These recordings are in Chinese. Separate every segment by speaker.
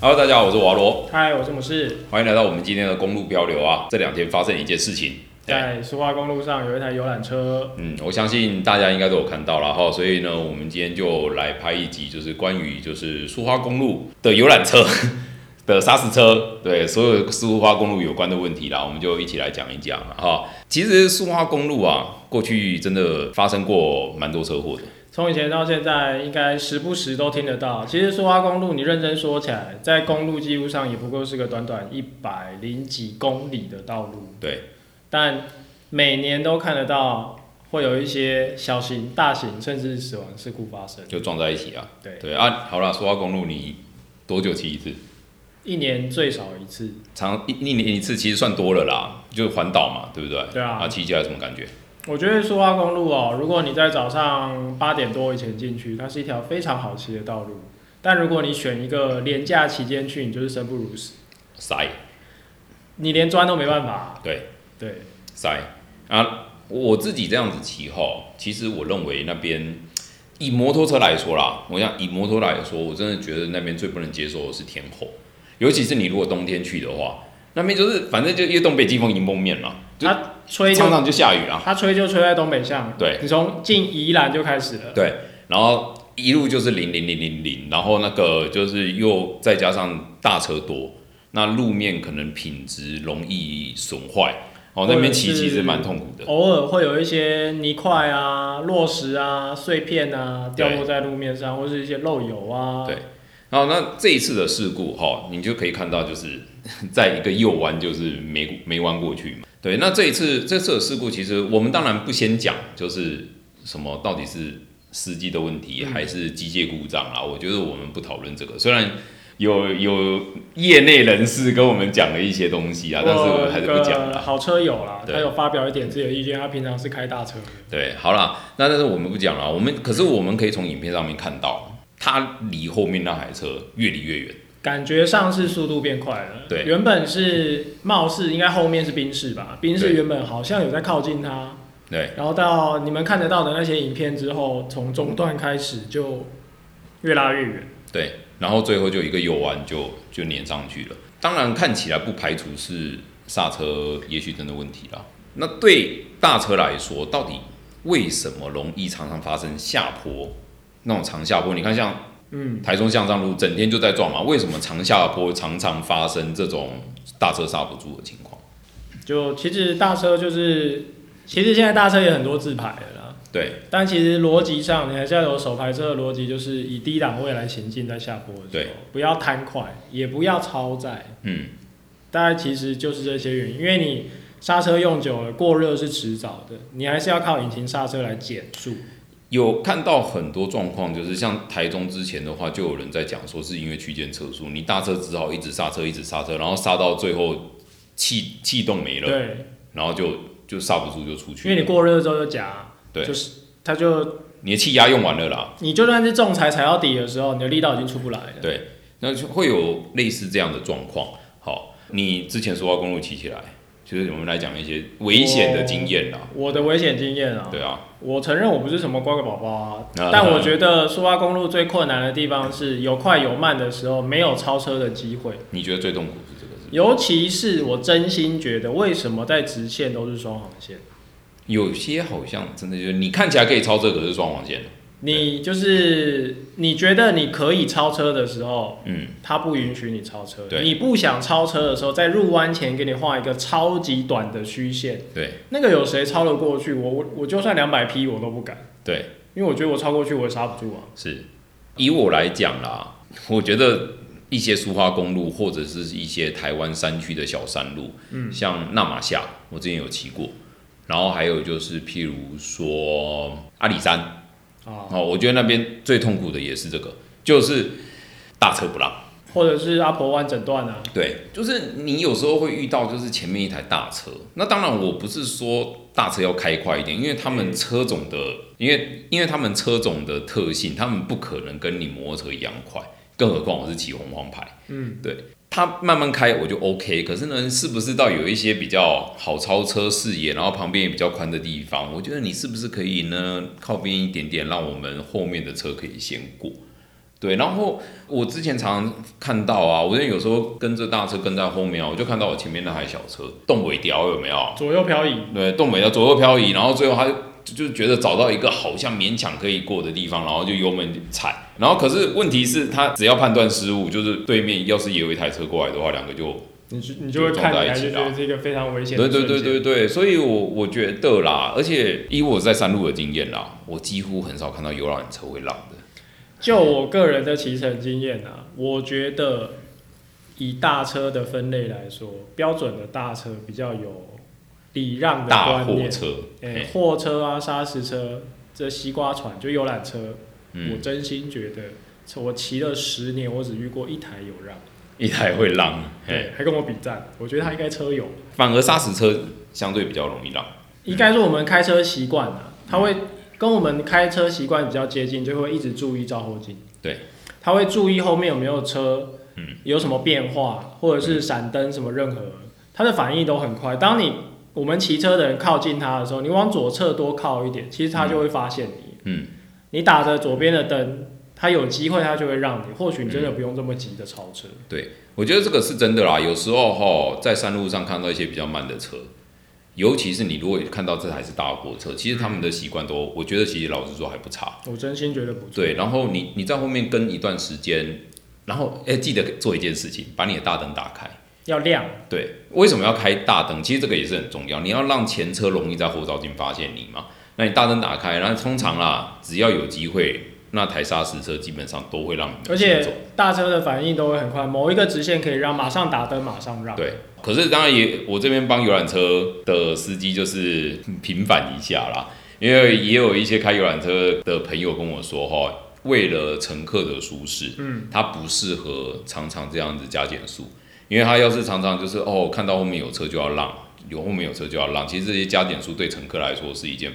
Speaker 1: Hello，大家好，我是瓦罗，
Speaker 2: 嗨，我是姆士。
Speaker 1: 欢迎来到我们今天的公路漂流啊。这两天发生一件事情，哎
Speaker 2: 在苏花公路上有一台游览车，
Speaker 1: 嗯，我相信大家应该都有看到了哈，所以呢，我们今天就来拍一集，就是关于就是苏花公路的游览车 的砂石车，对所有苏花公路有关的问题啦，我们就一起来讲一讲啦哈。其实苏花公路啊，过去真的发生过蛮多车祸的，
Speaker 2: 从以前到现在，应该时不时都听得到。其实苏花公路，你认真说起来，在公路记录上也不过是个短短一百零几公里的道路，
Speaker 1: 对，
Speaker 2: 但每年都看得到会有一些小型、大型甚至死亡事故发生。
Speaker 1: 就撞在一起啊。
Speaker 2: 对，
Speaker 1: 对啊，好啦，苏花公路你多久骑一次？
Speaker 2: 一年最少一次。
Speaker 1: 长一一年一次其实算多了啦，就是环岛嘛，对不对？
Speaker 2: 对啊
Speaker 1: 啊，骑起来有什么感觉？
Speaker 2: 我觉得苏花公路哦，如果你在早上八点多以前进去，它是一条非常好骑的道路。但如果你选一个廉价期间去，你就是生不如死，
Speaker 1: 塞，
Speaker 2: 你连钻都没办法。
Speaker 1: 对，
Speaker 2: 对，
Speaker 1: 塞啊！我自己这样子骑吼，其实我认为那边以摩托车来说啦，我想以摩托来说，我真的觉得那边最不能接受的是天候，尤其是你如果冬天去的话，那边就是反正就因为东北季风已经封面了，就
Speaker 2: 它吹
Speaker 1: 常
Speaker 2: 就
Speaker 1: 常就下雨啊，
Speaker 2: 它吹就吹在东北向，
Speaker 1: 对
Speaker 2: 你从进宜兰就开始了。
Speaker 1: 对，然后一路就是零零零零零，然后那个就是又再加上大车多，那路面可能品质容易损坏，哦，那边骑
Speaker 2: 或者是
Speaker 1: 其实蛮痛苦的。
Speaker 2: 偶尔会有一些泥块啊、落石啊、碎片啊掉落在路面上，或是一些漏油啊。
Speaker 1: 对然后那这一次的事故哈、哦，你就可以看到就是 在一个右弯就是没没弯过去嘛。对，那这一次这次的事故，其实我们当然不先讲就是什么到底是司机的问题还是机械故障啦，我觉得我们不讨论这个，虽然。有有业内人士跟我们讲了一些东西
Speaker 2: Oh
Speaker 1: 啊，但是我还是不讲了。
Speaker 2: 好车友啦，
Speaker 1: 对
Speaker 2: 他有发表一点自己的意见，他平常是开大车的。
Speaker 1: 对，好啦，那但是我们不讲了。我们可是我们可以从影片上面看到，他离后面那台车越离越远。
Speaker 2: 感觉上是速度变快了。
Speaker 1: 对
Speaker 2: 原本是貌似应该后面是宾士吧，宾士
Speaker 1: 对
Speaker 2: 原本好像有在靠近它，
Speaker 1: 对
Speaker 2: 然后到你们看得到的那些影片之后，从中段开始就越拉越远。
Speaker 1: 对，然后最后就一个右弯就就碾上去了。当然看起来不排除是刹车也许真的问题啦。那对大车来说，到底为什么容易常常发生下坡那种长下坡？你看像
Speaker 2: 嗯，
Speaker 1: 台中向上路整天就在撞嘛，为什么长下坡常常发生这种大车刹不住的情况？
Speaker 2: 就其实大车就是，其实现在大车也很多自排的啦，
Speaker 1: 对
Speaker 2: 但其实逻辑上你还是要有手排车的逻辑，就是以低档位来行进，在下坡的时
Speaker 1: 对
Speaker 2: 候，不要贪快，也不要超载。
Speaker 1: 嗯，
Speaker 2: 大概其实就是这些原因，因为你刹车用久了，过热是迟早的，你还是要靠引擎刹车来减速。
Speaker 1: 有看到很多状况，就是像台中之前的话，就有人在讲说是因为区间测速，你大车只好一直刹车，一直刹车，然后刹到最后气气动没了，
Speaker 2: 对，
Speaker 1: 然后就就刹不住就出
Speaker 2: 因为
Speaker 1: 去
Speaker 2: 你
Speaker 1: 了，
Speaker 2: 过热之后就夹，
Speaker 1: 对
Speaker 2: 就是它就
Speaker 1: 你的气压用完了啦，
Speaker 2: 你就算是重踩踩到底的时候，你的力道已经出不来了。
Speaker 1: 对，那就会有类似这样的状况。好，你之前说到公路骑起来，就是我们来讲一些危险的经验啦，
Speaker 2: 我的危险经验啊，
Speaker 1: 对啊，
Speaker 2: 我承认我不是什么乖乖宝宝啊，
Speaker 1: 啊
Speaker 2: 但我觉得苏花公路最困难的地方是有快有慢的时候，没有超车的机会。
Speaker 1: 你觉得最痛苦是这个是不是？
Speaker 2: 尤其是我真心觉得，为什么在直线都是双黄线？
Speaker 1: 有些好像真的就是你看起来可以超车，可是双黄线，
Speaker 2: 你就是你觉得你可以超车的时候，
Speaker 1: 嗯，
Speaker 2: 它不允许你超车；
Speaker 1: 对
Speaker 2: 你不想超车的时候，在入弯前给你画一个超级短的虚线，
Speaker 1: 对
Speaker 2: 那个有谁超得过去？我我我就算两百匹我都不敢，
Speaker 1: 对。
Speaker 2: 因为我觉得我超过去我也刹不住啊。
Speaker 1: 是，以我来讲啦，我觉得一些苏花公路或者是一些台湾山区的小山路，嗯，像纳马夏，我之前有骑过，然后还有就是譬如说阿里山，
Speaker 2: 啊，
Speaker 1: 哦，我觉得那边最痛苦的也是这个，就是大车不让。
Speaker 2: 或者是阿婆湾整段啊，
Speaker 1: 对，就是你有时候会遇到，就是前面一台大车。那当然，我不是说大车要开快一点，因为他们车种的，因为因为他们车种的特性，他们不可能跟你摩托车一样快，更何况我是骑红黄牌。
Speaker 2: 嗯，
Speaker 1: 对，他慢慢开我就 OK。可是呢，是不是到有一些比较好超车视野，然后旁边也比较宽的地方，我觉得你是不是可以呢靠边一点点，让我们后面的车可以先过？对，然后我之前常常看到啊，我有时候跟着大车跟在后面啊，我就看到我前面那台小车动尾雕有没有？
Speaker 2: 左右漂移，
Speaker 1: 对，动尾要左右漂移，然后最后他就就觉得找到一个好像勉强可以过的地方，然后就油门踩，然后可是问题是，他只要判断失误，就是对面要是也有一台车过来的话，两个就
Speaker 2: 你就你就会看起来就觉得是一个非常危险的
Speaker 1: 啊对对
Speaker 2: 瞬间。
Speaker 1: 对对对，所以我我觉得啦，而且以我在山路的经验啦，我几乎很少看到有老人车会让的，
Speaker 2: 就我个人的骑乘经验啊，我觉得以大车的分类来说，标准的大车比较有礼让的
Speaker 1: 大
Speaker 2: 观
Speaker 1: 货
Speaker 2: 念。
Speaker 1: 车，
Speaker 2: 诶
Speaker 1: 嘿
Speaker 2: 货车啊、砂石车、这西瓜船就游览车，我
Speaker 1: 嗯，
Speaker 2: 真心觉得我骑了十年，我只遇过一台有让，
Speaker 1: 一台会让，嘿，
Speaker 2: 对，还跟我比赞，我觉得他应该车友。
Speaker 1: 反而砂石车相对比较容易让，
Speaker 2: 应该说我们开车习惯
Speaker 1: 嗯
Speaker 2: 啊，他会跟我们开车习惯比较接近，就会一直注意照后镜。
Speaker 1: 对，
Speaker 2: 他会注意后面有没有车，
Speaker 1: 嗯，
Speaker 2: 有什么变化，或者是闪灯什么任何，他的反应都很快。当你我们骑车的人靠近他的时候，你往左侧多靠一点，其实他就会发现你。
Speaker 1: 嗯，
Speaker 2: 你打着左边的灯，他有机会他就会让你，或许你真的不用这么急的超车。
Speaker 1: 我觉得这个是真的啦。有时候哈，在山路上看到一些比较慢的车，尤其是你如果看到这台是大货车，其实他们的习惯都，我觉得其实老实说还不差。
Speaker 2: 我真心觉得不错。
Speaker 1: 对，然后你你在后面跟一段时间，然后哎、记得做一件事情，把你的大灯打开。
Speaker 2: 要亮，
Speaker 1: 对，为什么要开大灯？其实这个也是很重要，你要让前车容易在后照镜发现你嘛。那你大灯打开，然后通常啦，只要有机会，那台砂石车基本上都会让你
Speaker 2: 而
Speaker 1: 们先走
Speaker 2: 且大车的反应都会很快，某一个直线可以让马上打灯，马上让。
Speaker 1: 对，可是当然也，我这边帮游览车的司机就是嗯平反一下啦，因为也有一些开游览车的朋友跟我说哈，为了乘客的舒适，
Speaker 2: 嗯，
Speaker 1: 他不适合常常这样子加减速，因为他要是常常就是哦，看到后面有车就要让，有后面有车就要让，其实这些加减速对乘客来说是一件。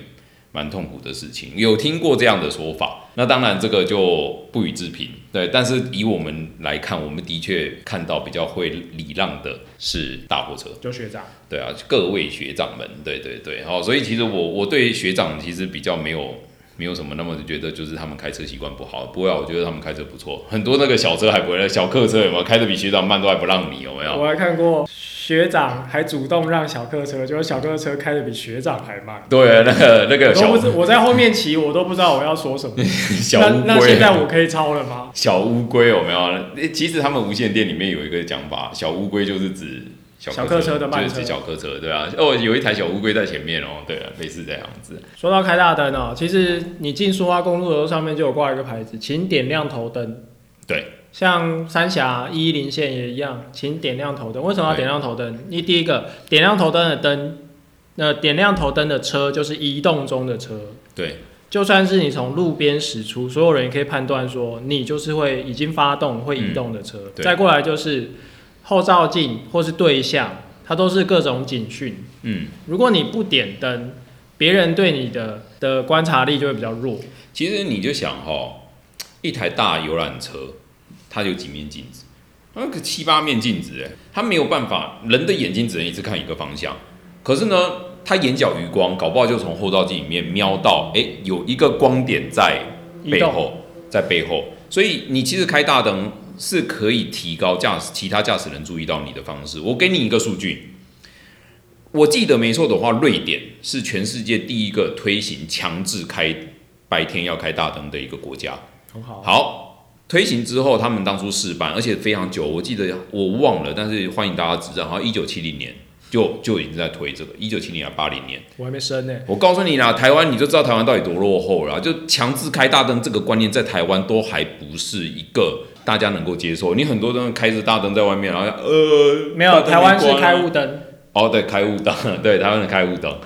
Speaker 1: 蛮痛苦的事情，有听过这样的说法，那当然这个就不予置评，对。但是以我们来看，我们的确看到比较会礼让的是大货车，
Speaker 2: 就学长，
Speaker 1: 对啊，各位学长们，对对对，好、所以其实我我对学长其实比较没有没有什么那么觉得就是他们开车习惯不好，不会啊，我觉得他们开车不错，很多那个小车还不会，小客车有没有开的比学长慢都还不让你有没有？
Speaker 2: 我还看过学长还主动让小客车，就是小客车开的比学长还慢。
Speaker 1: 对，那个那
Speaker 2: 我
Speaker 1: 个
Speaker 2: 都
Speaker 1: 小
Speaker 2: 不知我在后面骑，我都不知道我要说什么。
Speaker 1: 小乌
Speaker 2: 那那
Speaker 1: 龟
Speaker 2: 现，在我可以超了吗？
Speaker 1: 小乌龟有没有？诶其实他们无线电里面有一个讲法，小乌龟就是指小
Speaker 2: 小客车的慢
Speaker 1: 就是指
Speaker 2: 车
Speaker 1: 小客车，对啊。哦，有一台小乌龟在前面哦，对啊，类似这样子。
Speaker 2: 说到开大灯哦、其实你进苏花公路的时候，上面就有挂一个牌子，请点亮头灯。
Speaker 1: 对，
Speaker 2: 像三峡一零线也一样，请点亮头灯。为什么要
Speaker 1: 对
Speaker 2: 点亮头灯？你第一个点亮头灯的灯，那、点亮头灯的车就是移动中的车，
Speaker 1: 对，
Speaker 2: 就算是你从路边驶出，所有人也可以判断说你就是会已经发动会移动的车。
Speaker 1: 对
Speaker 2: 再过来就是后照镜或是对象，它都是各种警讯。
Speaker 1: 嗯。
Speaker 2: 如果你不点灯，别人对你的的观察力就会比较弱。
Speaker 1: 其实你就想哈、一台大游览车，它有几面镜子？那个七八面镜子，哎，它没有办法，人的眼睛只能一直看一个方向。可是呢，它眼角余光搞不好就从后照镜里面瞄到，哎、有一个光点在
Speaker 2: 移
Speaker 1: 背
Speaker 2: 动
Speaker 1: 后，在背后，所以你其实开大灯是可以提高驾驶其他驾驶人注意到你的方式。我给你一个数据，我记得没错的话，瑞典是全世界第一个推行强制开白天要开大灯的一个国家。
Speaker 2: 很好，啊
Speaker 1: 好，推行之后，他们当初试办，而且非常久，我记得我忘了，但是欢迎大家指正，好像一九七零年就就已经在推这个，一九七零年八零年。
Speaker 2: 我还没生呢、
Speaker 1: 我告诉你啦，台湾你就知道台湾到底多落后了啦。就强制开大灯这个观念，在台湾都还不是一个大家能够接受。你很多人开着大灯在外面，然后呃，
Speaker 2: 没有，
Speaker 1: 大灯
Speaker 2: 台湾是
Speaker 1: 关啊
Speaker 2: 开雾灯，
Speaker 1: 哦，对，开雾灯，对，台湾的开雾灯。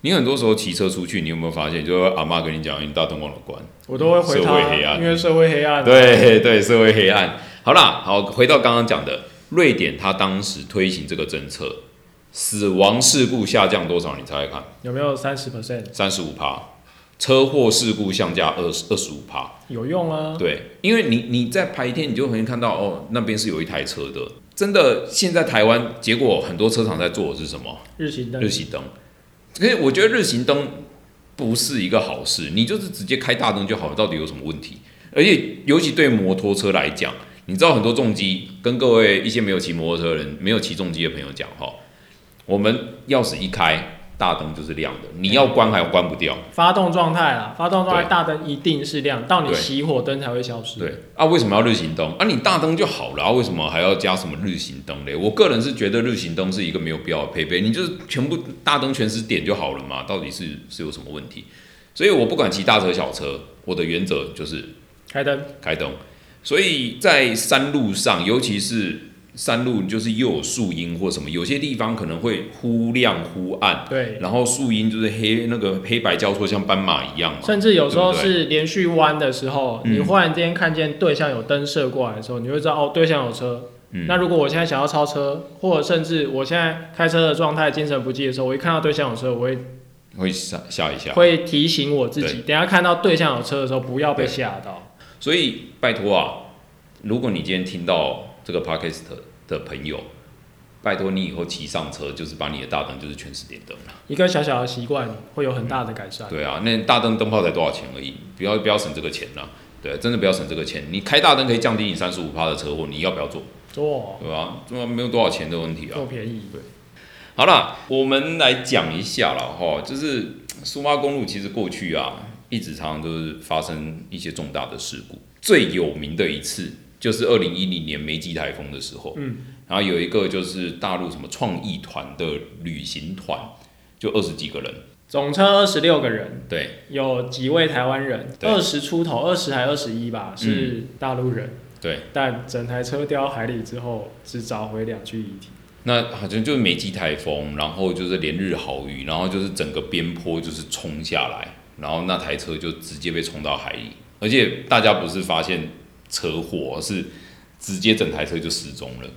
Speaker 1: 你很多时候骑车出去，你有没有发现，就是阿妈跟你讲，你大灯忘了 关。
Speaker 2: 我都会回
Speaker 1: 社
Speaker 2: 他
Speaker 1: 会黑，暗
Speaker 2: 因为社会黑暗。，啊
Speaker 1: 对对，社会黑暗。好啦，好，回到刚刚讲的，瑞典它当时推行这个政策，死亡事故下降多少？你猜猜看，
Speaker 2: 有没有三十 percent
Speaker 1: 三十五趴，车祸事故下降二十二十五趴。
Speaker 2: 有用啊？
Speaker 1: 对，因为你你在白天你就很容易看到哦，那边是有一台车的。真的，现在台湾结果很多车厂在做的是什么？
Speaker 2: 日行灯
Speaker 1: 日行灯。可是我觉得日行灯不是一个好事，你就是直接开大灯就好了，到底有什么问题？而且尤其对摩托车来讲，你知道很多重机，跟各位一些没有骑摩托车的人、没有骑重机的朋友讲哈，我们钥匙一开，大灯就是亮的，你要关还关不掉。
Speaker 2: 发动状态啦，发动状态
Speaker 1: 对
Speaker 2: 大灯一定是亮，到你
Speaker 1: 对
Speaker 2: 熄火灯才会消失。
Speaker 1: 对啊，为什么要日行灯？啊，你大灯就好了、啊，为什么还要加什么日行灯嘞？我个人是觉得日行灯是一个没有必要的配备，你就是全部大灯全时点就好了嘛，到底是是有什么问题？所以我不管骑大车小车，我的原则就是
Speaker 2: 开灯，
Speaker 1: 开灯。所以在山路上，尤其是山路，就是又有树荫或什么，有些地方可能会忽亮忽暗，
Speaker 2: 对，
Speaker 1: 然后树荫就是黑那个黑白交错，像斑马一样嘛。
Speaker 2: 甚至有时候
Speaker 1: 对不
Speaker 2: 是连续弯的时候，
Speaker 1: 嗯
Speaker 2: 你忽然之间看见对向有灯射过来的时候，你会知道哦，对向有车。
Speaker 1: 嗯
Speaker 2: 那如果我现在想要超车，或者甚至我现在开车的状态精神不济的时候，我一看到对向有车，我会
Speaker 1: 会吓吓一下。
Speaker 2: 会提醒我自己，等一下看到对向有车的时候不要被
Speaker 1: 对
Speaker 2: 吓到。
Speaker 1: 所以拜托啊，如果你今天听到这个 podcast 的朋友，拜托你以后骑上车就是把你的大灯就是全时点灯了。
Speaker 2: 一个小小的习惯会有很大的改善。
Speaker 1: 对啊，那大灯灯泡才多少钱而已，不要不要省这个钱啦。对，啊真的不要省这个钱。你开大灯可以降低你三十五趴的车祸，你要不要做？
Speaker 2: 做
Speaker 1: 对啊，这个没有多少钱的问题啊。
Speaker 2: 做便宜，
Speaker 1: 好啦，我们来讲一下啦，哈，就是苏花公路其实过去啊，一直常常都是发生一些重大的事故。最有名的一次就是二零一零年梅季台风的时候，嗯，然后有一个就是大陆什么创意团的旅行团，就二十几个人，
Speaker 2: 总车二十六个人，
Speaker 1: 对，
Speaker 2: 有几位台湾人，
Speaker 1: 对嗯
Speaker 2: 二十出头，二十还二十一吧，是大陆人。
Speaker 1: 对，
Speaker 2: 但整台车掉海里之后，只找回两具遗体。
Speaker 1: 那好像就是梅季台风，然后就是连日豪雨，然后就是整个边坡就是冲下来，然后那台车就直接被冲到海里，而且大家不是发现车祸，是直接整台车就失踪了，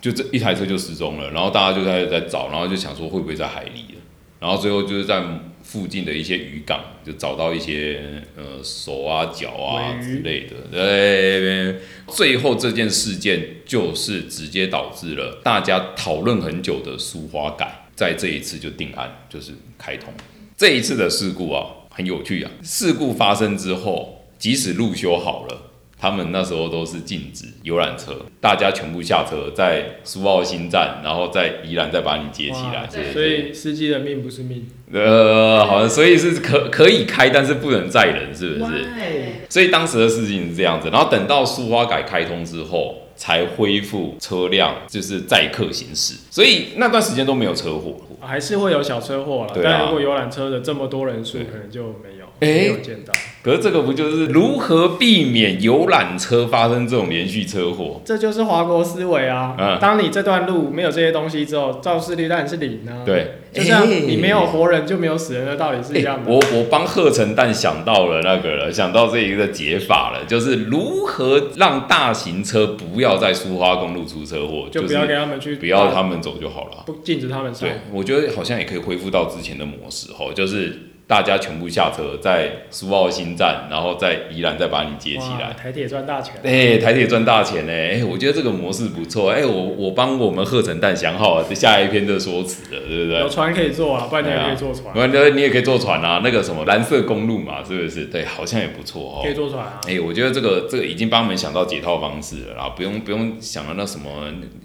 Speaker 1: 就这一台车就失踪了，然后大家就在在找，然后就想说会不会在海里了，然后最后就是在附近的一些渔港就找到一些呃手啊脚啊
Speaker 2: 尾鱼
Speaker 1: 之类的，对。最后这件事件就是直接导致了大家讨论很久的苏花改，在这一次就定案，就是开通。这一次的事故啊，很有趣啊。事故发生之后，即使路修好了，他们那时候都是禁止游览车，大家全部下车，在苏澳新站，然后在宜兰再把你接起来
Speaker 2: 哇。
Speaker 1: 对
Speaker 2: 所以司机的命不是命。
Speaker 1: 呃，好像所以是可可以开，但是不能载人，是不是？
Speaker 2: 对，
Speaker 1: 所以当时的事情是这样子，然后等到苏花改开通之后，才恢复车辆就是载客行驶，所以那段时间都没有车祸。
Speaker 2: 还是会有小车祸了。
Speaker 1: 对啊
Speaker 2: 但如果游览车的这么多人数，
Speaker 1: 对
Speaker 2: 可能就没有、
Speaker 1: 哎
Speaker 2: 没有见到。
Speaker 1: 可是这个不就是如何避免游览车发生这种连续车祸？
Speaker 2: 这就是华国思维啊！
Speaker 1: 嗯
Speaker 2: 当你这段路没有这些东西之后，肇事率当然是零啊。，
Speaker 1: 对，
Speaker 2: 就像
Speaker 1: 哎
Speaker 2: 你没有活人就没有死人的道理是一样的。
Speaker 1: 我我帮贺成蛋想到了那个了，想到这一个解法了，就是如何让大型车不要在苏花公路出车祸，
Speaker 2: 就不
Speaker 1: 是
Speaker 2: 要给他们去，
Speaker 1: 不要他们走就好了。
Speaker 2: 不禁止他们上
Speaker 1: 对。，我觉得好像也可以恢复到之前的模式哦，就是大家全部下车，在苏澳新站，然后在宜兰再把你接起
Speaker 2: 哇
Speaker 1: 来。
Speaker 2: 台铁赚大钱。啊
Speaker 1: 哎、台铁赚大钱呢、哎、我觉得这个模式不错。哎、我我帮我们贺成蛋想好了下一篇的说辞了，对不
Speaker 2: 有
Speaker 1: 对？
Speaker 2: 船可以坐啊，不然你也
Speaker 1: 对啊
Speaker 2: 可以坐船，
Speaker 1: 完了，你也可以坐船啊，那个什么蓝色公路嘛，是不是？对，好像也不错哦
Speaker 2: 可。以坐船啊。
Speaker 1: 哎、我觉得这个这个已经帮我们想到解套方式了啦，不用不用想到那什么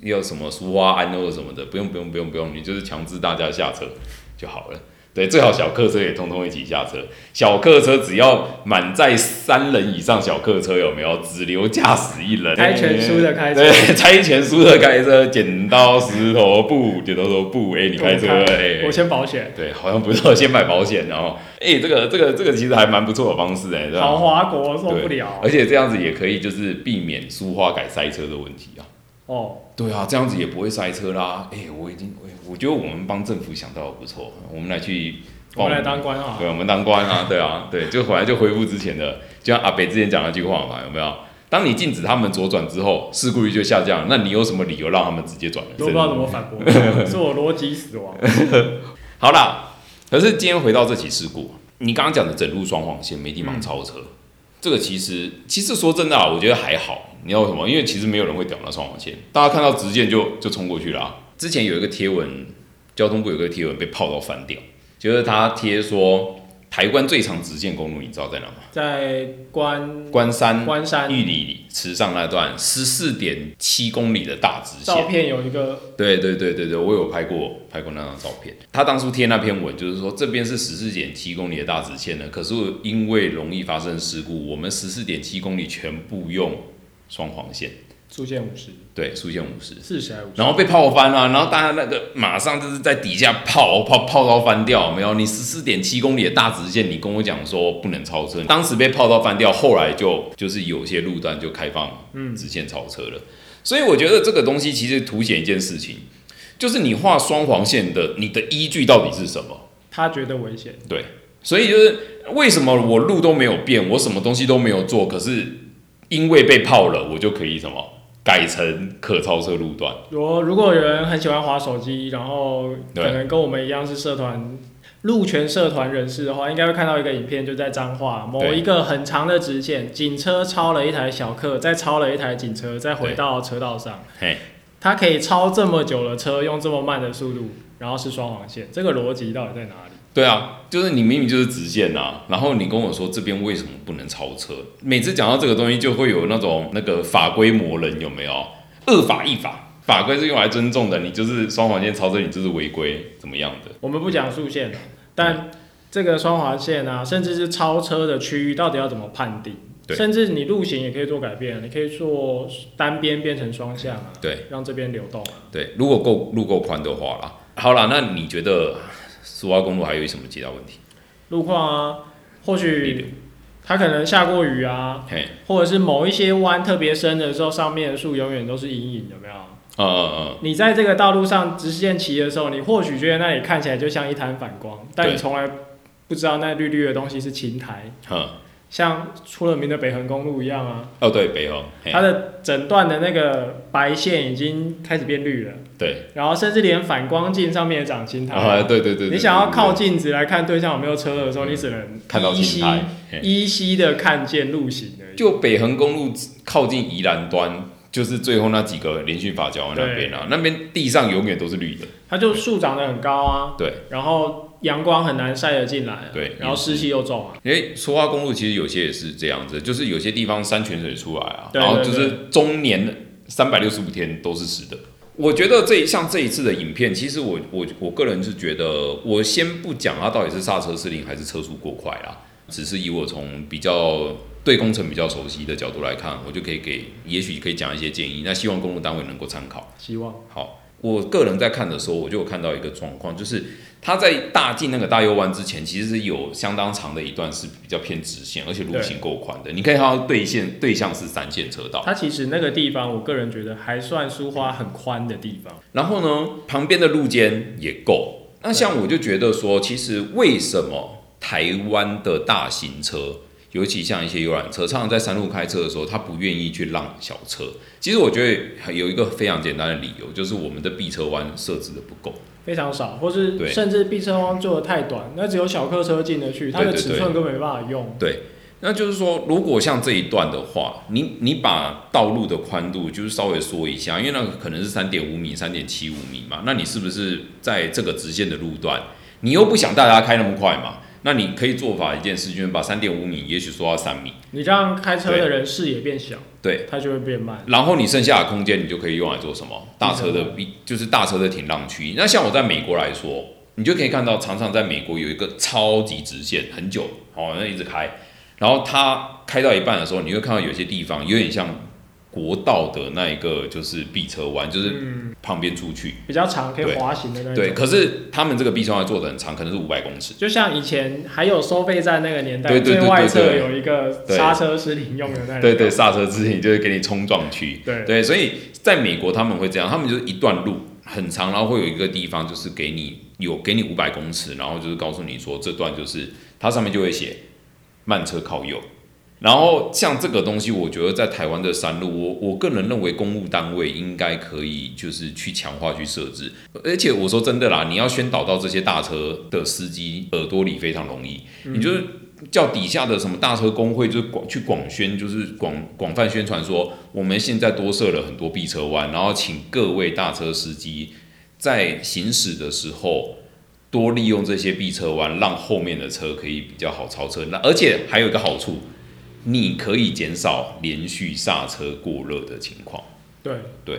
Speaker 1: 要什么苏花安或什么的，不用不用不用不用，你就是强制大家下车就好了。对，最好小客车也通通一起下车。小客车只要满载三人以上，小客车有没有只留驾驶一人？
Speaker 2: 开全书的开车
Speaker 1: 对， 猜拳输的开车，剪刀石头布，剪刀石头布。哎、你开车，哎、
Speaker 2: 我先保险，
Speaker 1: 对，好像不错，先买保险，然后，哎、这个这个这个其实还蛮不错的方式、哎，对吧？
Speaker 2: 豪华国受不
Speaker 1: 对
Speaker 2: 了
Speaker 1: 而且这样子也可以就是避免苏花改塞车的问题啊。
Speaker 2: 哦。
Speaker 1: 对啊，这样子也不会塞车啦。哎、我已经，我我觉得我们帮政府想到的不错，我们来去
Speaker 2: 我
Speaker 1: 帮
Speaker 2: 们来当官啊
Speaker 1: 对，，我们当官 啊，对啊，对，就回来就恢复之前的，就像阿北之前讲那句话嘛，有没有？当你禁止他们左转之后，事故率就下降了，那你有什么理由让他们直接转人
Speaker 2: 我不知道怎么反 驳，是我逻辑死亡。
Speaker 1: 好啦，可是今天回到这起事故，你刚刚讲的整路双黄线没地
Speaker 2: 嗯
Speaker 1: 方超车，这个其实其实说真的啊，我觉得还好。你知道为什么？因为其实没有人会屌那双黄线，大家看到直线就就冲过去啦、啊之前有一个贴文，交通部有一个贴文被泡到翻掉，就是他贴说台湾最长直线公路，你知道在哪吗？
Speaker 2: 在关
Speaker 1: 关山、
Speaker 2: 关山
Speaker 1: 玉里、池上那段十四点七公里的大直
Speaker 2: 照
Speaker 1: 线。
Speaker 2: 片有一个
Speaker 1: 对对对对对，我有拍过拍过那张照片。他当初贴那篇文，就是说这边是十四点七公里的大直线呢，可是因为容易发生事故，我们十四点七公里全部用双黄线，
Speaker 2: 出现五十，
Speaker 1: 对，速限五十。
Speaker 2: 四十还五十，
Speaker 1: 然后被泡翻了、然后大家那个马上就是在底下泡泡泡到翻掉，有没有？你十四点七公里的大直线，你跟我讲说不能超车，当时被泡到翻掉，后来就就是有些路段就开放
Speaker 2: 嗯
Speaker 1: 直线超车了。所以我觉得这个东西其实凸显一件事情，就是你画双黄线的，你的依据到底是什么？
Speaker 2: 他觉得危险，
Speaker 1: 所以就是为什么我路都没有变，我什么东西都没有做，可是因为被泡了，我就可以什么改成可超车路段。
Speaker 2: 如果如果有人很喜欢划手机，然后
Speaker 1: 对
Speaker 2: 可能跟我们一样是社团路权社团人士的话，应该会看到一个影片，就在彰化某
Speaker 1: 对
Speaker 2: 一个很长的直线，警车超了一台小客，再超了一台警车，再回
Speaker 1: 对
Speaker 2: 到车道上。
Speaker 1: 嘿，
Speaker 2: 它可以超这么久的车，用这么慢的速度，然后是双黄线，这个逻辑到底在哪里？
Speaker 1: 对啊，就是你明明就是直线啊，然后你跟我说这边为什么不能超车？每次讲到这个东西，就会有那种那个法规魔人有没有？恶法一法，法规是用来尊重的，你就是双黄线超车，你就是违规怎么样的？
Speaker 2: 我们不讲速线了，但这个双滑线啊，甚至是超车的区域，到底要怎么判定？
Speaker 1: 对
Speaker 2: 甚至你路型也可以做改变，你可以做单边变成双向啊，
Speaker 1: 对，
Speaker 2: 让这边流动啊。
Speaker 1: 对，如果够路够宽的话啦，好啦，那你觉得苏花公路还有什么其他问题？
Speaker 2: 路况啊，或
Speaker 1: 地
Speaker 2: 许它可能下过雨啊，
Speaker 1: 嘿，
Speaker 2: 或者是某一些弯特别深的时候，上面的树永远都是隐隐，有没有？
Speaker 1: 呃呃
Speaker 2: 你在这个道路上直线骑的时候，你或许觉得那里看起来就像一滩反光，但你
Speaker 1: 对
Speaker 2: 从来不知道那绿绿的东西是青苔，
Speaker 1: 呃，哼，
Speaker 2: 像出了名的北横公路一样啊。
Speaker 1: 哦对，北横，嘿
Speaker 2: 它，的整段的那个白线已经开始变绿了，
Speaker 1: 对，
Speaker 2: 然后甚至连反光镜上面也长青苔。
Speaker 1: 啊对对对对，
Speaker 2: 你想要
Speaker 1: 对
Speaker 2: 靠
Speaker 1: 对
Speaker 2: 镜子来看对象有没有车的时候，你只能
Speaker 1: 看到
Speaker 2: 依
Speaker 1: 青
Speaker 2: 稀
Speaker 1: 苔，嘿
Speaker 2: 依稀的看见路型而已。
Speaker 1: 就北横公路靠近宜兰端，就是最后那几个连续法桥那边啊，那边地上永远都是绿的。
Speaker 2: 它就树长得很高啊，
Speaker 1: 对，
Speaker 2: 然后阳光很难晒得进来、啊，
Speaker 1: 对
Speaker 2: 然后湿气又重啊，
Speaker 1: 因为说话哎公路其实有些也是这样子，就是有些地方山泉水出来啊，
Speaker 2: 对
Speaker 1: 然后
Speaker 2: 对
Speaker 1: 就是终年三百六十五天都是湿的。我觉得这一像这一次的影片，其实我我我个人是觉得，我先不讲它到底是刹车失灵还是车速过快啦，只是以我从比较对工程比较熟悉的角度来看，我就可以给，也许可以讲一些建议，那希望公路单位能够参考。
Speaker 2: 希望
Speaker 1: 好，我个人在看的时候，我就有看到一个状况，就是它在大进那个大右弯之前，其实是有相当长的一段是比较偏直线，而且路型够宽的。你可以看到对线对象是三线车道，
Speaker 2: 它其实那个地方，我个人觉得还算苏花很宽的地方，
Speaker 1: 然后呢，旁边的路肩也够。那像我就觉得说，其实为什么台湾的大型车，尤其像一些游览车，常常在山路开车的时候，他不愿意去让小车？其实我觉得有一个非常简单的理由，就是我们的避车弯设置的不够。
Speaker 2: 非常少，或
Speaker 1: 对
Speaker 2: 是甚至避车弯做的太短，那只有小客车进得去，它的
Speaker 1: 对对对
Speaker 2: 尺寸根本没办法用。
Speaker 1: 那就是说，如果像这一段的话，你你把道路的宽度就是稍微缩一下，因为那个可能是三点五米、三点七五米嘛，那你是不是在这个直线的路段，你又不想大家开那么快嘛？那你可以做法一件事，就是把三点五米也许缩到三米，
Speaker 2: 你让开车的人视野变小，
Speaker 1: 对，
Speaker 2: 它就会变慢。
Speaker 1: 然后你剩下的空间你就可以用来做什么？大车的避就是大车的停让区。那像我在美国来说，你就可以看到，常常在美国有一个超级直线，很久，哦，那一直开，然后它开到一半的时候，你会看到有些地方有点像国道的那一个，就是避车弯，就是
Speaker 2: 嗯，
Speaker 1: 旁边出去。
Speaker 2: 比较长，可以
Speaker 1: 对
Speaker 2: 滑行的那种。
Speaker 1: 对，可是他们这个避车弯做的很长，可能是五百公尺。
Speaker 2: 就像以前还有收费站那个年代，
Speaker 1: 对对对
Speaker 2: 最外侧
Speaker 1: 对对
Speaker 2: 有一个
Speaker 1: 对
Speaker 2: 刹车失灵用的那一个
Speaker 1: 对对，刹车之前就是给你冲撞区。
Speaker 2: 对
Speaker 1: 对，所以在美国他们会这样，他们就是一段路很长，然后会有一个地方就是给你有给你五百公尺，然后就是告诉你说这段就是它上面就会写慢车靠右。然后像这个东西，我觉得在台湾的山路，我我个人认为公务单位应该可以就是去强化去设置，而且我说真的啦，你要宣导到这些大车的司机耳朵里非常容易，你就是叫底下的什么大车工会，就是广去广宣，就是广广泛宣传说，我们现在多设了很多避车弯，然后请各位大车司机在行驶的时候多利用这些避车弯，让后面的车可以比较好超车。那而且还有一个好处，你可以减少连续刹车过热的情况。
Speaker 2: 对
Speaker 1: 对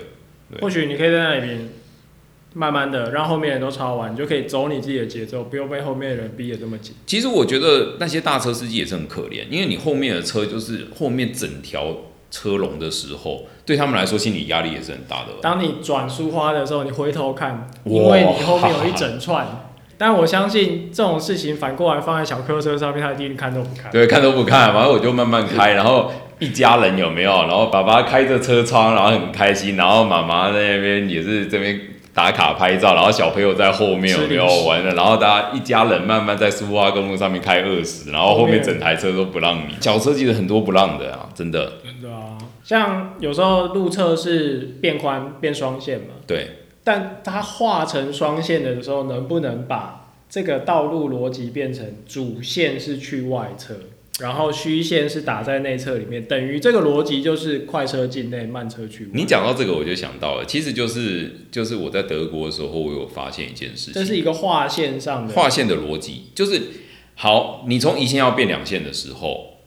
Speaker 1: 对
Speaker 2: 或许你可以在那里边慢慢的让后面人都超完，你就可以走你自己的节奏，不用被后面的人逼得这么紧。
Speaker 1: 其实我觉得那些大车司机也是很可怜，因为你后面的车就是后面整条车龙的时候，对他们来说心理压力也是很大的。
Speaker 2: 当你转苏花的时候，你回头看，
Speaker 1: 呃哇
Speaker 2: 因为你后面有一整串。但我相信这种事情反过来放在小客车上面，他一定看都不看。
Speaker 1: 对，看都不看，反正我就慢慢开，然后一家人有没有？然后爸爸开着车窗，然后很开心，然后妈妈在那边也是这边打卡拍照，然后小朋友在后面有没有
Speaker 2: 吃零食
Speaker 1: 玩的？然后大家一家人慢慢在苏花公路上面开二十，然后后面整台车都不让你，小车其实很多不让的啊，真的，
Speaker 2: 对啊，像有时候路侧是变宽变双线嘛，
Speaker 1: 对。
Speaker 2: 但它画成双线的时候，能不能把这个道路逻辑变成主线是去外侧，然后虚线是打在内侧里面，等于这个逻辑就是快车进内，慢车去外。
Speaker 1: 你讲到这个，我就想到了，其实就是就是我在德国的时候，我有发现一件事
Speaker 2: 这
Speaker 1: 情，
Speaker 2: 是一个划线上的
Speaker 1: 划线的逻辑就是，好，你从一线要变两线的时候，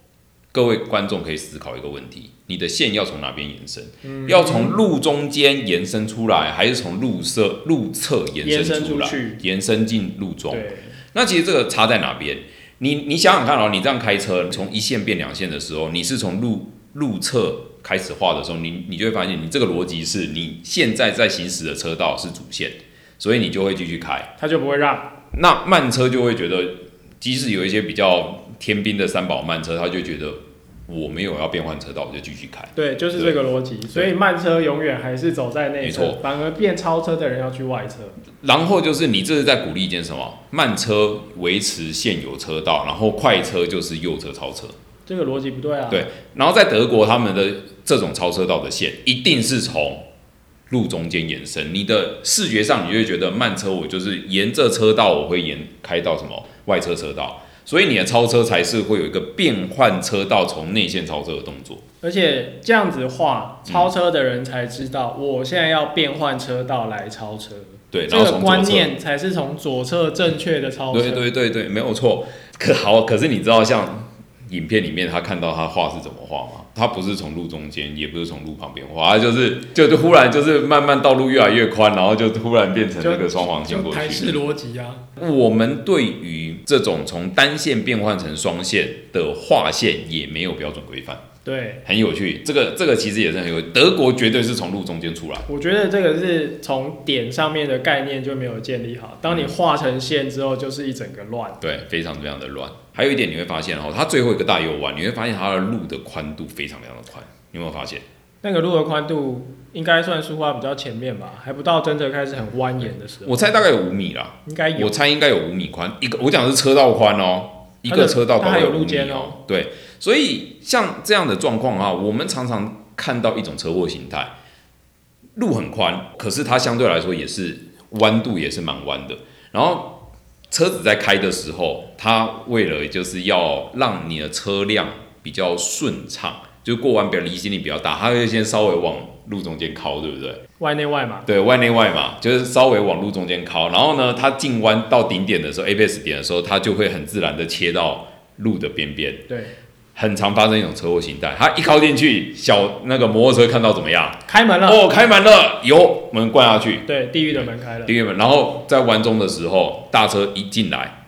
Speaker 1: 各位观众可以思考一个问题：你的线要从哪边延伸？
Speaker 2: 嗯
Speaker 1: 要从路中间延伸出来，还是从路侧路侧延
Speaker 2: 延
Speaker 1: 伸
Speaker 2: 伸
Speaker 1: 出
Speaker 2: 出
Speaker 1: 来，
Speaker 2: 去，
Speaker 1: 延伸进路中？
Speaker 2: 对，
Speaker 1: 那其实这个差在哪边？你你想想看哦，你这样开车从一线变两线的时候，你是从路路侧开始画的时候，你你就会发现，你这个逻辑是你现在在行驶的车道是主线，所以你就会继续开。
Speaker 2: 它就不会让。
Speaker 1: 那慢车就会觉得，即使有一些比较天兵的三宝慢车，他就觉得我没有要变换车道，我就继续开。
Speaker 2: 对，就是这个逻辑，所以慢车永远还是走在内
Speaker 1: 没
Speaker 2: 侧，反而变超车的人要去外侧。
Speaker 1: 然后就是你这是在鼓励一件什么？慢车维持现有车道，然后快车就是右侧超车。
Speaker 2: 这个逻辑不对啊。
Speaker 1: 对然后在德国，他们的这种超车道的线一定是从路中间延伸。你的视觉上，你就会觉得慢车，我就是沿着车道，我会沿开到什么外车车道，所以你的超车才是会有一个变换车道从内线超车的动作。
Speaker 2: 而且这样子画，超车的人才知道，我现在要变换车道来超车，
Speaker 1: 对，
Speaker 2: 这
Speaker 1: 然后
Speaker 2: 个
Speaker 1: 从左
Speaker 2: 观
Speaker 1: 侧。
Speaker 2: 念才是从左侧正确的超车。
Speaker 1: 对对对对，没有错。可好，可是你知道像影片里面他看到他画是怎么画吗？他不是从路中间，也不是从路旁边画，他就是就就忽然就是慢慢道路越来越宽，然后就突然变成那个双黄线
Speaker 2: 就
Speaker 1: 过
Speaker 2: 台式
Speaker 1: 去。
Speaker 2: 逻辑啊，
Speaker 1: 我们对于这种从单线变换成双线的划线也没有标准规范，
Speaker 2: 对，
Speaker 1: 很有趣。这个这个其实也是很有趣，德国绝对是从路中间出来。
Speaker 2: 我觉得这个是从点上面的概念就没有建立好，
Speaker 1: 嗯
Speaker 2: 当你画成线之后，就是一整个乱。
Speaker 1: 对，非常非常的乱。还有一点你会发现哦，它最后一个大右弯，你会发现它的路的宽度非常非常的宽，你有没有发现？
Speaker 2: 那个路的宽度应该算苏花比较前面吧，还不到真正开始很蜿蜒的时候，
Speaker 1: 我猜大概有五米啦，
Speaker 2: 应该有
Speaker 1: 我猜应该有五米宽，一个我讲的是车道宽哦，一
Speaker 2: 它
Speaker 1: 个
Speaker 2: 的
Speaker 1: 车道
Speaker 2: 它
Speaker 1: 高
Speaker 2: 还有
Speaker 1: 5
Speaker 2: 路肩
Speaker 1: 米
Speaker 2: 哦
Speaker 1: 哦，对，所以像这样的状况啊，我们常常看到一种车祸形态，路很宽，可是它相对来说也是弯度也是蛮弯的，然后。车子在开的时候，它为了就是要让你的车辆比较顺畅，就过弯比较离心力比较大，它会先稍微往路中间靠，对不对？
Speaker 2: 外内外嘛。
Speaker 1: 对外内外嘛，就是稍微往路中间靠，然后呢，它进弯到顶点的时候，ABS 点的时候，它就会很自然的切到路的边边，
Speaker 2: 对，
Speaker 1: 很常发生一种车祸形态。它一靠进去，小那个摩托车看到怎么样？
Speaker 2: 开门了，
Speaker 1: 哦，开门了，油门灌下去，
Speaker 2: 对，地狱的门开了
Speaker 1: 第，一门，然后在弯中的时候，大车一进来，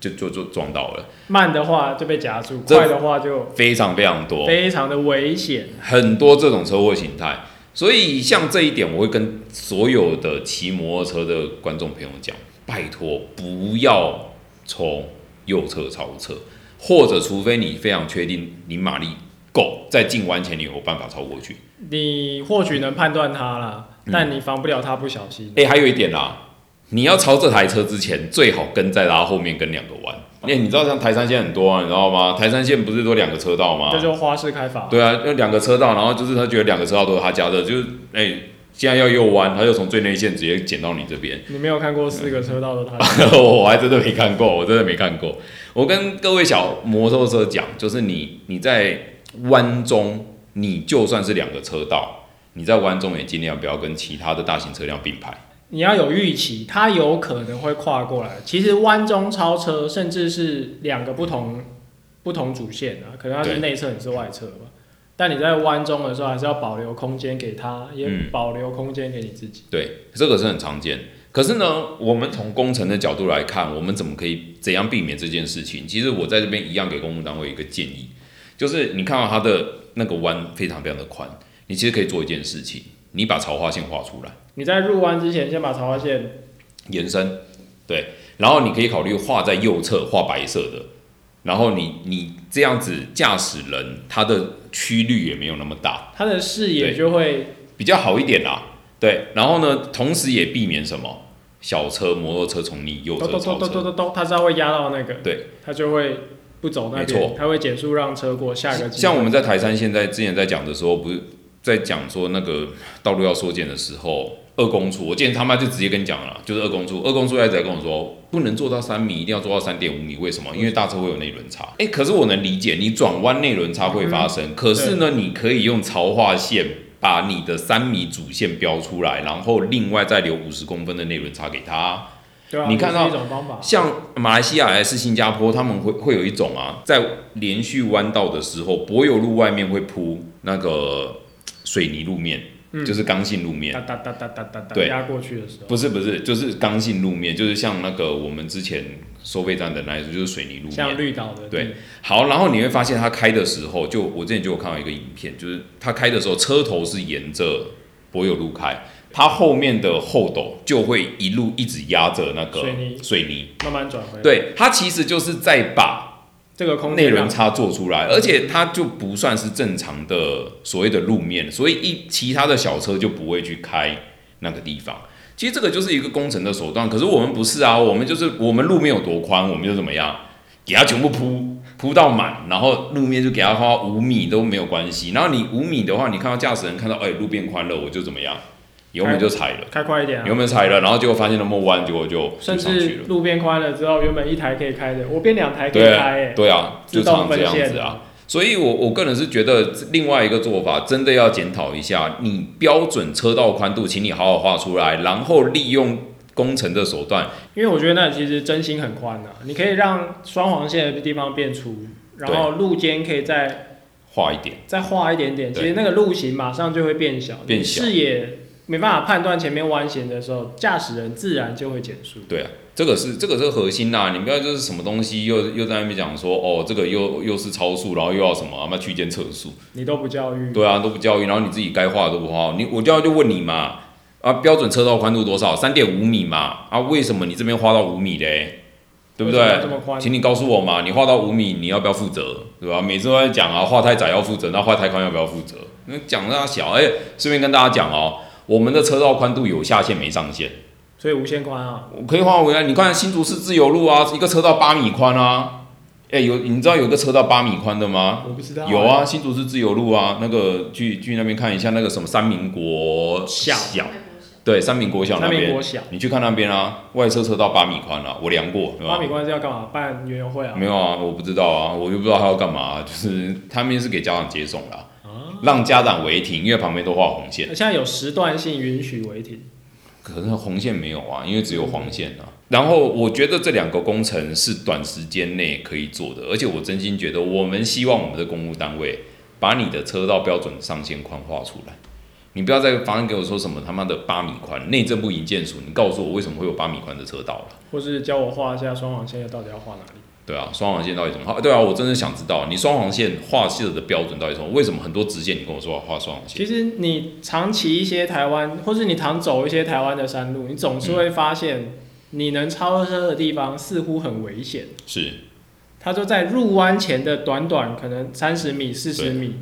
Speaker 1: 就就就撞到了，
Speaker 2: 慢的话就被夹住，
Speaker 1: 这
Speaker 2: 快的话就
Speaker 1: 非常非常多。
Speaker 2: 非常的危险。
Speaker 1: 很多这种车祸形态。所以像这一点，我会跟所有的骑摩托车的观众朋友讲，拜托不要从右侧超车，或者除非你非常确定你马力够，在进弯前你有办法超过去。
Speaker 2: 你或许能判断它啦，
Speaker 1: 嗯
Speaker 2: 但你防不了它不小心。
Speaker 1: 诶，还有一点啦，你要超这台车之前，最好跟在它后面跟两个弯。诶，你知道像台山线很多啊，你知道吗？台山线不是都两个车道吗？
Speaker 2: 这就是花式开法，
Speaker 1: 啊对啊，那两个车道，然后就是他觉得两个车道都是他家的，就是哎、现在要右弯，他就从最内线直接剪到你这边。
Speaker 2: 你没有看过四个车道的它，
Speaker 1: 我还真的没看过，我真的没看过。我跟各位小摩托车讲，就是你你在弯中，你就算是两个车道，你在弯中也尽量不要跟其他的大型车辆并排。
Speaker 2: 你要有预期，它有可能会跨过来。其实弯中超车，甚至是两个不同不同主线啊，可能它是
Speaker 1: 对
Speaker 2: 内侧，你是外侧吧。但你在弯中的时候，还是要保留空间给它，也
Speaker 1: 嗯
Speaker 2: 保留空间给你自己。
Speaker 1: 对，这个是很常见。可是呢，我们从工程的角度来看，我们怎么可以怎样避免这件事情？其实我在这边一样给公务单位一个建议，就是你看到它的那个弯非常非常的宽，你其实可以做一件事情，你把潮化线画出来，
Speaker 2: 你在入弯之前，先把潮花线
Speaker 1: 延伸，对，然后你可以考虑画在右侧，画白色的，然后你你这样子驾驶人他的曲率也没有那么大，
Speaker 2: 它的视野
Speaker 1: 对
Speaker 2: 就会
Speaker 1: 比较好一点啦。对，然后呢，同时也避免什么小车、摩托车从你右
Speaker 2: 咚
Speaker 1: 侧
Speaker 2: 咚咚
Speaker 1: 超
Speaker 2: 咚
Speaker 1: 车。
Speaker 2: 咚咚咚，它是它会压到那个，
Speaker 1: 对，
Speaker 2: 它就会不走那
Speaker 1: 没
Speaker 2: 边
Speaker 1: 错，
Speaker 2: 它会减速让车过下个机会。
Speaker 1: 像我们在台山现在之前在讲的时候，不是在讲说那个道路要缩减的时候，二公处，我见他妈就直接跟你讲了啦，就是二公处，二公处一直在跟我说不能做到三米，一定要做到三点五米，为什么？因为大车会有内轮差。哎、可是我能理解，你转弯内轮差会发生，可是呢，你可以用潮化线。把你的三米主线标出来，然后另外再留五十公分的内轮差给他、
Speaker 2: 对啊，
Speaker 1: 你看
Speaker 2: 这是
Speaker 1: 到
Speaker 2: 一种方法，
Speaker 1: 像马来西亚还是新加坡，他们会会有一种啊，在连续弯道的时候，柏油路外面会铺那个水泥路面，
Speaker 2: 嗯
Speaker 1: 就是刚性路面
Speaker 2: 哒。哒哒哒哒哒哒
Speaker 1: 对
Speaker 2: 压过去的时候，
Speaker 1: 不是不是，就是刚性路面，就是像那个我们之前收费站的那一种，就是水泥路面
Speaker 2: 像。绿岛的
Speaker 1: 对，好，然后你会发现它开的时候，就我之前就有看到一个影片，就是它开的时候，车头是沿着柏油路开，它后面的后斗就会一路一直压着那个
Speaker 2: 水泥
Speaker 1: 水泥
Speaker 2: 慢慢转回来，
Speaker 1: 对，它其实就是在把
Speaker 2: 这个空
Speaker 1: 内
Speaker 2: 间
Speaker 1: 轮
Speaker 2: 让
Speaker 1: 差做出来，而且它就不算是正常的所谓的路面，所以一其他的小车就不会去开那个地方。其实这个就是一个工程的手段，可是我们不是啊，我们就是我们路面有多宽，我们就怎么样，给它全部铺铺到满，然后路面就给它花五米都没有关系。然后你五米的话，你看到驾驶人看到，哎、路变宽了，我就怎么样，油门就踩了，
Speaker 2: 开快一点
Speaker 1: 油
Speaker 2: 啊，
Speaker 1: 门踩了，然后结果发现那么弯，结果就
Speaker 2: 甚
Speaker 1: 就上去
Speaker 2: 至
Speaker 1: 了。
Speaker 2: 路变宽了之后，原本一台可以开的，我变两台可以
Speaker 1: 对
Speaker 2: 开
Speaker 1: 啊
Speaker 2: 诶，，
Speaker 1: 对啊，就
Speaker 2: 自
Speaker 1: 常
Speaker 2: 动
Speaker 1: 这
Speaker 2: 分
Speaker 1: 样
Speaker 2: 线
Speaker 1: 子啊。，所以我，我个人是觉得另外一个做法，真的要检讨一下，你标准车道宽度，请你好好画出来，然后利用工程的手段，
Speaker 2: 因为我觉得那其实真心很宽的，你可以让双黄线的地方变粗，然后路肩可以再
Speaker 1: 画一点。
Speaker 2: 再画一点点，其
Speaker 1: 对
Speaker 2: 实那个路型马上就会变小，
Speaker 1: 变
Speaker 2: 你
Speaker 1: 小
Speaker 2: 视野没办法判断前面弯行的时候，驾驶人自然就会减速。
Speaker 1: 对啊，这个是这个是核心呐、你不要就是什么东西又又在那边讲说，哦，这个又又是超速，然后又要什么啊，那区间测速，
Speaker 2: 你都不教育，
Speaker 1: 对啊，都不教育，然后你自己该画的都不画，你我就要就问你嘛，啊，标准车道宽度多少？三点五米嘛，啊，为什么你这边画到五米嘞？对不对
Speaker 2: 为什么要？这么宽，
Speaker 1: 请你告诉我嘛，你画到五米，你要不要负责，对吧？每次都在讲啊，画太窄要负责，那画太宽要不要负责？那讲那小，哎、顺便跟大家讲哦，我们的车道宽度有下限没上限，
Speaker 2: 所以无限宽啊，
Speaker 1: 我可以画回来。你看新竹市自由路啊，一个车道八米宽啊，哎、有你知道有个车道八米宽的吗？
Speaker 2: 我不知道
Speaker 1: 有，啊，新竹市自由路啊，那个去去那边看一下那个什么三民国
Speaker 2: 小
Speaker 1: 对，三民国小那
Speaker 2: 三民
Speaker 1: 边，
Speaker 2: 国小。
Speaker 1: 你去看那边啊，外侧车道八米宽啊，我量过，对吧？
Speaker 2: 八米关是要干嘛？办园游会啊？
Speaker 1: 没有啊，我不知道啊，我就不知道他要干嘛、就是他们是给家长接送啦，
Speaker 2: 啊
Speaker 1: 让家长违停，因为旁边都画红线，
Speaker 2: 现在有时段性允许违停，
Speaker 1: 可是红线没有啊，因为只有黄线啊。然后我觉得这两个工程是短时间内可以做的，而且我真心觉得，我们希望我们的公务单位把你的车道标准上限宽画出来。你不要再方案给我说什么他妈的八米宽，内政部营建署，你告诉我为什么会有八米宽的车道了？
Speaker 2: 或是教我画一下双黄线到底要画哪里？
Speaker 1: 对啊，双黄线到底怎么画？对啊，我真的想知道你双黄线画线的标准到底是什么？为什么很多直线你跟我说要画双黄线？
Speaker 2: 其实你常骑一些台湾，或是你常走一些台湾的山路，你总是会发现，你能超车的地方似乎很危险。
Speaker 1: 是
Speaker 2: 他就在入弯前的短短可能三十米、四十米，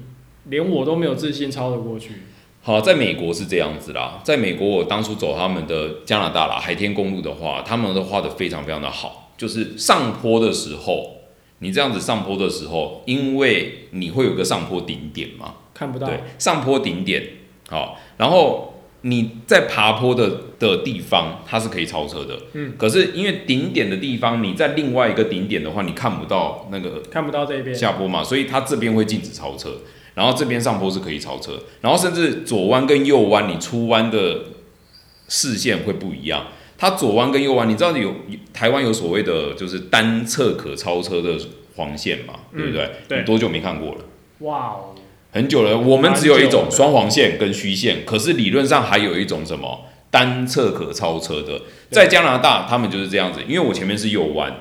Speaker 2: 连我都没有自信超得过去。
Speaker 1: 好，在美国是这样子啦，在美国我当初走他们的加拿大啦海天公路的话，他们都画的非常非常的好，就是上坡的时候，你这样子上坡的时候，因为你会有个上坡顶点嘛，
Speaker 2: 看不到
Speaker 1: 对，上坡顶点，好，然后你在爬坡的的地方，它是可以超车的，嗯，可是因为顶点的地方，你在另外一个顶点的话，你看不到那个
Speaker 2: 看不到这边，
Speaker 1: 下坡嘛，所以它这边会禁止超车，然后这边上坡是可以超车，然后甚至左弯跟右弯，你出弯的视线会不一样。它左弯跟右弯，你知道有台湾有所谓的就是单侧可超车的黄线嘛，对不对？
Speaker 2: 嗯对
Speaker 1: 你多久没看过了？
Speaker 2: 哇哦，
Speaker 1: 很久了。我们只有一种
Speaker 2: 蛮久的
Speaker 1: 双黄线跟虚线，可是理论上还有一种什么单侧可超车的，在加拿大他们就是这样子。因为我前面是右弯，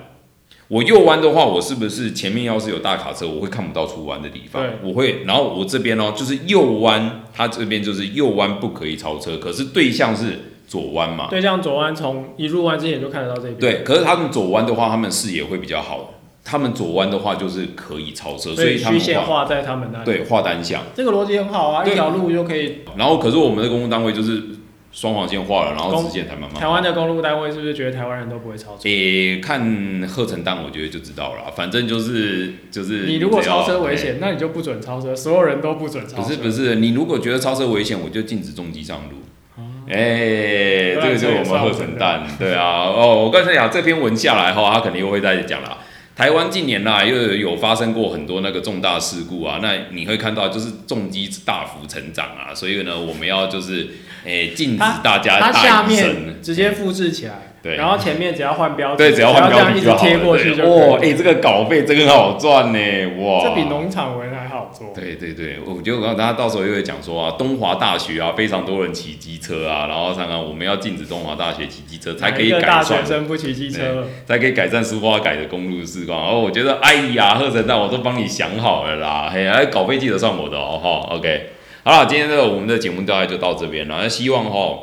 Speaker 1: 我右弯的话，我是不是前面要是有大卡车，我会看不到出弯的地方
Speaker 2: 对？
Speaker 1: 我会，然后我这边哦，就是右弯，它这边就是右弯不可以超车，可是对象是左弯嘛。
Speaker 2: 对，像左弯从一入弯之前就看得到这边，
Speaker 1: 啊对，可是他们左弯的话，他们视野会比较好。他们左弯的话就是可以超车，所
Speaker 2: 所以
Speaker 1: 以他
Speaker 2: 虚
Speaker 1: 们
Speaker 2: 线
Speaker 1: 画
Speaker 2: 画在他们那里，，
Speaker 1: 对画单向。
Speaker 2: 这个逻辑很好啊，
Speaker 1: 对
Speaker 2: 一条路就可以。
Speaker 1: 然后可是我们的公共单位就是双黄线画了，然后
Speaker 2: 公
Speaker 1: 直线才慢慢画。
Speaker 2: 台湾的公路单位是不是觉得台湾人都不会超车？
Speaker 1: 诶、看贺成档，我觉得就知道了啦。反正就是就是
Speaker 2: 你如果
Speaker 1: 只要
Speaker 2: 超车危、
Speaker 1: 诶
Speaker 2: 险，那你就不准超车，所有人都不准超车。
Speaker 1: 不是不是，你如果觉得超车危险，我就禁止重机上路。
Speaker 2: 哦
Speaker 1: 哎、这个就是我们贺成蛋，对啊，哦，我刚才讲这篇文下来后，他肯定又会再讲啦。台湾近年啦，又有有发生过很多那个重大事故啊，那你会看到就是重机大幅成长啊，所以呢，我们要就是，诶、禁止大家
Speaker 2: 它下
Speaker 1: 大一
Speaker 2: 面
Speaker 1: 声，
Speaker 2: 直接复制起来，
Speaker 1: 对
Speaker 2: 然后前面只要换标志，
Speaker 1: 对，只要换
Speaker 2: 这
Speaker 1: 标
Speaker 2: 样
Speaker 1: 题
Speaker 2: 一直
Speaker 1: 就好
Speaker 2: 贴过
Speaker 1: 了。
Speaker 2: 去
Speaker 1: 对
Speaker 2: 就
Speaker 1: 哇，
Speaker 2: 可以
Speaker 1: 哎、
Speaker 2: 了。
Speaker 1: 这个稿费真的好赚呢，哇，
Speaker 2: 这比农场文还好做。
Speaker 1: 对对对，我觉得我刚大家到时候又会讲说啊，东华大学啊，非常多人骑机车啊，然后常常我们要禁止东华大学骑机车，才可以
Speaker 2: 哪一个大
Speaker 1: 改
Speaker 2: 学
Speaker 1: 善，
Speaker 2: 生不骑机车了，
Speaker 1: 才可以改善苏花改的公路事况。哦，我觉得，哎呀，贺晨蛋，我都帮你想好了啦，嘿，哎，稿费记得算我的哦，哈、o k 好了，今天这个我们的节目大概就到这边了，那希望哈、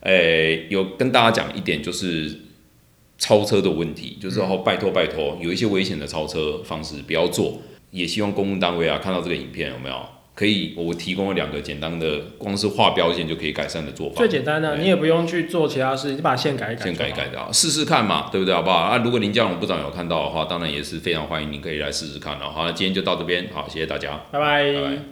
Speaker 1: 诶、有跟大家讲一点，就是超车的问题，就是哦，拜托拜托，有一些危险的超车方式不要做。也希望公务单位啊，看到这个影片有没有，可以我提供了两个简单的，光是画标线就可以改善的做法
Speaker 2: 最。简单的，
Speaker 1: 对
Speaker 2: 你也不用去做其他事，你把线改一改，
Speaker 1: 先改一。改的啊，试试看嘛，对不对？好不好？啊，如果林家龙部长有看到的话，当然也是非常欢迎，您可以来试试看啊。好，那今天就到这边，好，谢谢大家，
Speaker 2: 拜拜
Speaker 1: 拜拜